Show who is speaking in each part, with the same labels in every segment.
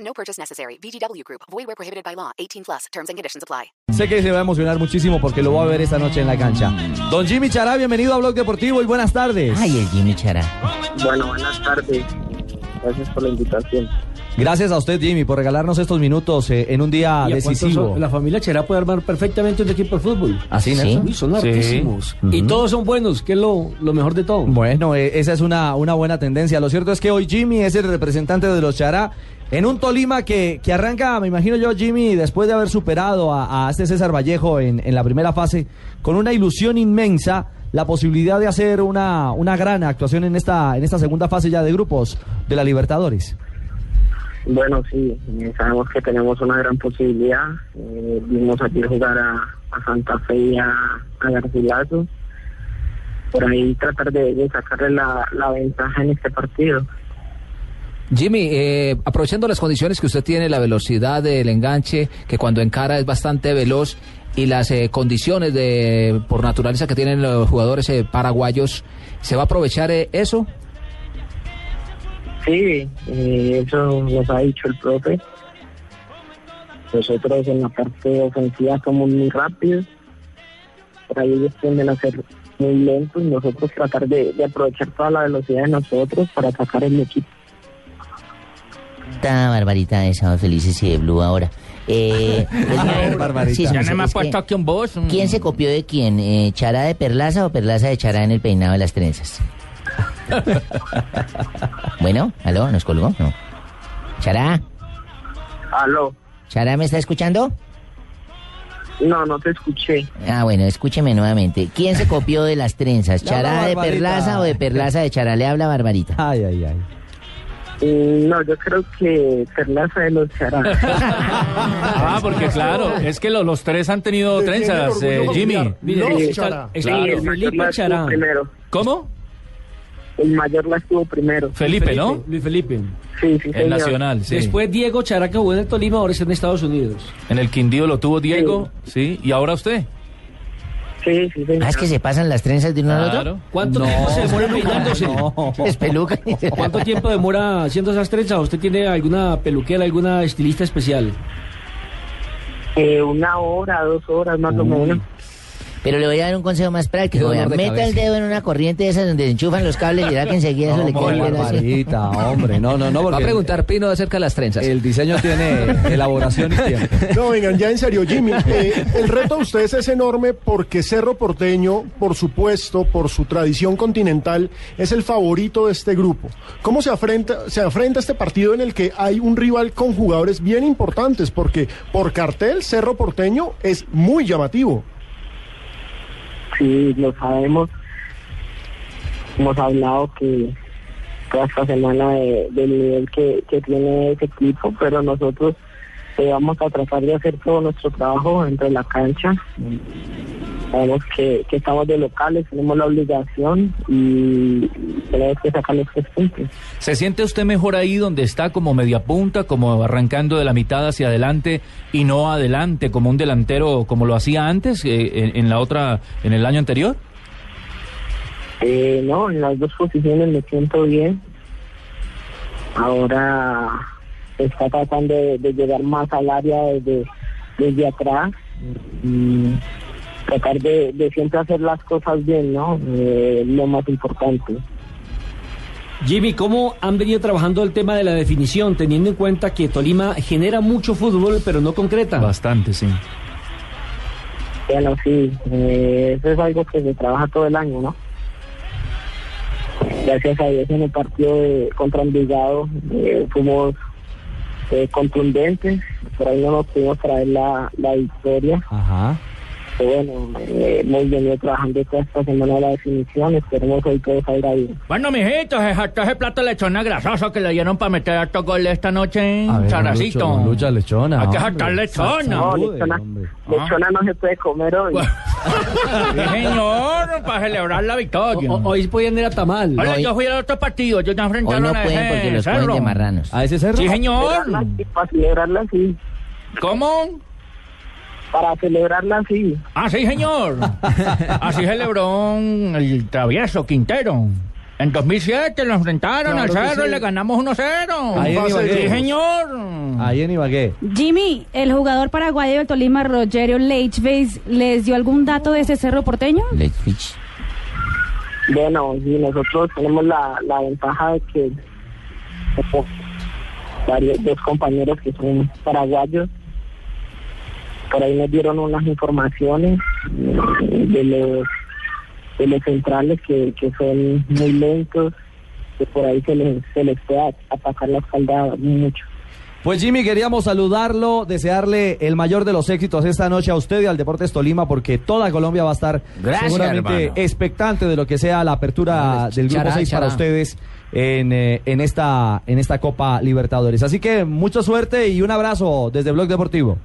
Speaker 1: No purchase necessary. VGW Group. Void where prohibited by law. 18 plus. Terms and conditions apply.
Speaker 2: Sé que se va a emocionar muchísimo porque lo va a ver esta noche en la cancha. Don Jimmy Chará, bienvenido a Blog Deportivo y buenas tardes.
Speaker 3: Ay, el Jimmy Chará.
Speaker 4: Bueno, buenas tardes. Gracias por la invitación.
Speaker 2: Gracias a usted, Jimmy, por regalarnos estos minutos eh, en un día
Speaker 5: ¿Y a cuántos
Speaker 2: decisivo.
Speaker 5: son? La familia Cherá puede armar perfectamente un equipo de fútbol.
Speaker 2: ¿Así,
Speaker 3: Sí.
Speaker 2: Nelson?
Speaker 5: Uy, son hartísimos. Y todos son buenos, que es lo, lo mejor de todo.
Speaker 2: Bueno, eh, esa es una, una buena tendencia. Lo cierto es que hoy Jimmy es el representante de los Chará en un Tolima que, que arranca, me imagino yo, Jimmy, después de haber superado a, a este César Vallejo en, en la primera fase, con una ilusión inmensa, la posibilidad de hacer una, una gran actuación en esta, en esta segunda fase ya de grupos de la Libertadores.
Speaker 4: Bueno, sí, eh, sabemos que tenemos una gran posibilidad. Eh, vimos ayer jugar a, a Santa Fe y a, a Garcilaso. Por ahí tratar de, de sacarle la, la ventaja en este partido.
Speaker 6: Jimmy, eh, aprovechando las condiciones que usted tiene, la velocidad del enganche, que cuando encara es bastante veloz, y las eh, condiciones de por naturaleza que tienen los jugadores eh, paraguayos, ¿se va a aprovechar eh, eso?
Speaker 4: Sí, eh, eso nos ha dicho el profe. Nosotros en la parte ofensiva somos muy rápidos. Por ahí ellos tienden a ser muy lentos. Nosotros tratar de, de aprovechar toda la velocidad de nosotros para atacar el equipo.
Speaker 3: Esta barbarita de Sábado Felices y de Blue ahora. Eh,
Speaker 2: ver, barbarita.
Speaker 3: sí,
Speaker 2: Ya
Speaker 3: no
Speaker 2: no
Speaker 3: sé, es que- ¿Quién se copió de quién? Eh, ¿Chará de Perlaza o Perlaza de Chará en el peinado de las trenzas? bueno, aló, ¿nos colgó? No. Chará,
Speaker 4: Aló.
Speaker 3: ¿Chará me está escuchando?
Speaker 4: No, no te escuché.
Speaker 3: Ah, bueno, escúcheme nuevamente. ¿Quién se copió de las trenzas?
Speaker 2: Le habla
Speaker 3: ¿Chará de
Speaker 2: Barbarita.
Speaker 3: Perlaza o de Perlaza de Chará? Le habla Barbarita.
Speaker 2: Ay, ay, ay.
Speaker 4: Mm, No, yo creo que Perlaza de los Chará.
Speaker 7: Ah, porque claro, es que lo- los tres han tenido trenzas, eh, Jimmy.
Speaker 4: Sí,
Speaker 5: Chará.
Speaker 4: sí,
Speaker 7: Claro.
Speaker 4: el mayor la
Speaker 5: Felipe Chará.
Speaker 4: estuvo primero.
Speaker 7: ¿Cómo?
Speaker 4: El mayor la estuvo primero.
Speaker 7: Felipe, ¿no?
Speaker 5: Luis Felipe.
Speaker 4: Sí, sí, señor.
Speaker 7: El Nacional, sí.
Speaker 5: Después Diego Chará, que jugó en el Tolima, ahora está en Estados Unidos.
Speaker 7: En el Quindío lo tuvo Diego, sí. ¿Y ahora usted?
Speaker 4: Sí, sí, señor.
Speaker 3: Ah, es que se pasan las trenzas de uno al otro.
Speaker 7: Claro.
Speaker 5: ¿Cuánto tiempo se demora peinándose?
Speaker 3: Es peluca.
Speaker 5: ¿Cuánto tiempo demora haciendo esas trenzas? ¿Usted tiene alguna peluquera, alguna estilista especial?
Speaker 4: Eh, una hora, dos horas más o menos.
Speaker 3: Pero le voy a dar un consejo más práctico.
Speaker 6: Qué
Speaker 3: vea,
Speaker 6: dolor de
Speaker 3: meta el
Speaker 6: cabeza.
Speaker 3: dedo en una corriente de esas donde se enchufan los cables y verá que enseguida eso le queda
Speaker 2: Hombre,
Speaker 3: el pelo así.
Speaker 2: barbarita, hombre. No, no, no.
Speaker 6: Va a
Speaker 2: porque
Speaker 6: preguntar Pino acerca de las trenzas.
Speaker 2: El diseño tiene elaboración y tiempo.
Speaker 8: No, vengan, ya en serio, Jimmy. eh, el reto a ustedes es enorme porque Cerro Porteño, por supuesto, por su tradición continental, es el favorito de este grupo. ¿Cómo se afrenta, se afrenta este partido en el que hay un rival con jugadores bien importantes? Porque por cartel, Cerro Porteño es muy llamativo.
Speaker 4: Sí, lo sabemos. Hemos hablado que toda esta semana de- del nivel que, que tiene ese equipo, pero nosotros eh, vamos a tratar de hacer todo nuestro trabajo dentro de la cancha. Sabemos que, que estamos de locales, tenemos la obligación y tenemos que sacar los tres puntos.
Speaker 7: ¿Se siente usted mejor ahí donde está como media punta, como arrancando de la mitad hacia adelante y no adelante como un delantero como lo hacía antes eh, en, en la otra en el año anterior?
Speaker 4: Eh, no, en las dos posiciones me siento bien. Ahora está tratando de, de llegar más al área desde, desde atrás. y tratar de, de siempre hacer las cosas bien, ¿no? Eh, lo más importante.
Speaker 5: Jimmy, ¿cómo han venido trabajando el tema de la definición, teniendo en cuenta que Tolima genera mucho fútbol, pero no concreta?
Speaker 7: Bastante, sí.
Speaker 4: Bueno, sí, eh, eso es algo que se trabaja todo el año, ¿no? Gracias a Dios en el partido de- contra Envigado eh, fuimos eh, contundentes, por ahí no nos pudimos traer la, la victoria.
Speaker 2: Ajá.
Speaker 4: que bueno, eh, hemos venido trabajando toda esta semana la definición, esperemos hoy que salga bien.
Speaker 9: Bueno, mijitos, exacto ese plato de lechona grasoso que le dieron para meter a estos goles esta noche. Characito.
Speaker 2: Lucha lechona.
Speaker 9: Hay que
Speaker 2: hombre.
Speaker 9: saltar lechona.
Speaker 4: No, lechona, lechona no se puede comer hoy.
Speaker 9: Sí, señor, para celebrar la victoria.
Speaker 5: hoy podían ir a Tamal.
Speaker 9: Oye,
Speaker 3: Hoy-
Speaker 9: yo fui al otro partido, yo no
Speaker 3: Hoy
Speaker 9: enfrentaron
Speaker 3: no
Speaker 9: a
Speaker 3: pueden
Speaker 9: ese
Speaker 3: porque los ponen
Speaker 9: cerro.
Speaker 3: de marranos.
Speaker 6: Ah.
Speaker 2: ¿A ese cerro?
Speaker 9: Sí, señor.
Speaker 4: Celebrarla así, para celebrarla así,
Speaker 9: ¿Cómo?
Speaker 4: para celebrarla así.
Speaker 9: Ah, sí, señor. Así celebró el travieso Quintero. En 2007 lo enfrentaron al
Speaker 8: Claro que
Speaker 9: cerro y
Speaker 8: sí.
Speaker 9: le ganamos 1-0.
Speaker 2: Ahí en
Speaker 9: sí,
Speaker 2: Ibagué.
Speaker 9: señor.
Speaker 2: Ahí en Ibagué.
Speaker 10: Jimmy, el jugador paraguayo del Tolima, Rogerio Leichveis, ¿les dio algún dato de ese cerro porteño?
Speaker 3: Leipzig.
Speaker 4: Bueno, sí, nosotros tenemos la, la ventaja de que tenemos varios dos compañeros que son paraguayos. Por ahí nos dieron unas informaciones eh, de los, de los centrales que, que son muy lentos, que por ahí se les, se les puede atacar la espalda mucho.
Speaker 2: Pues Jimmy, queríamos saludarlo, desearle el mayor de los éxitos esta noche a usted y al Deportes Tolima, porque toda Colombia va a estar
Speaker 3: Gracias,
Speaker 2: seguramente
Speaker 3: hermano.
Speaker 2: expectante de lo que sea la apertura
Speaker 3: Ch-
Speaker 2: del Grupo
Speaker 3: chará,
Speaker 2: 6 para
Speaker 3: chará.
Speaker 2: ustedes en, eh, en, esta, en esta Copa Libertadores. Así que mucha suerte y un abrazo desde Blog Deportivo.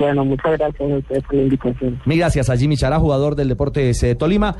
Speaker 4: Bueno, muchas gracias a ustedes por la invitación.
Speaker 2: Mil gracias a Jimmy Chará, jugador del Deportes eh, Tolima.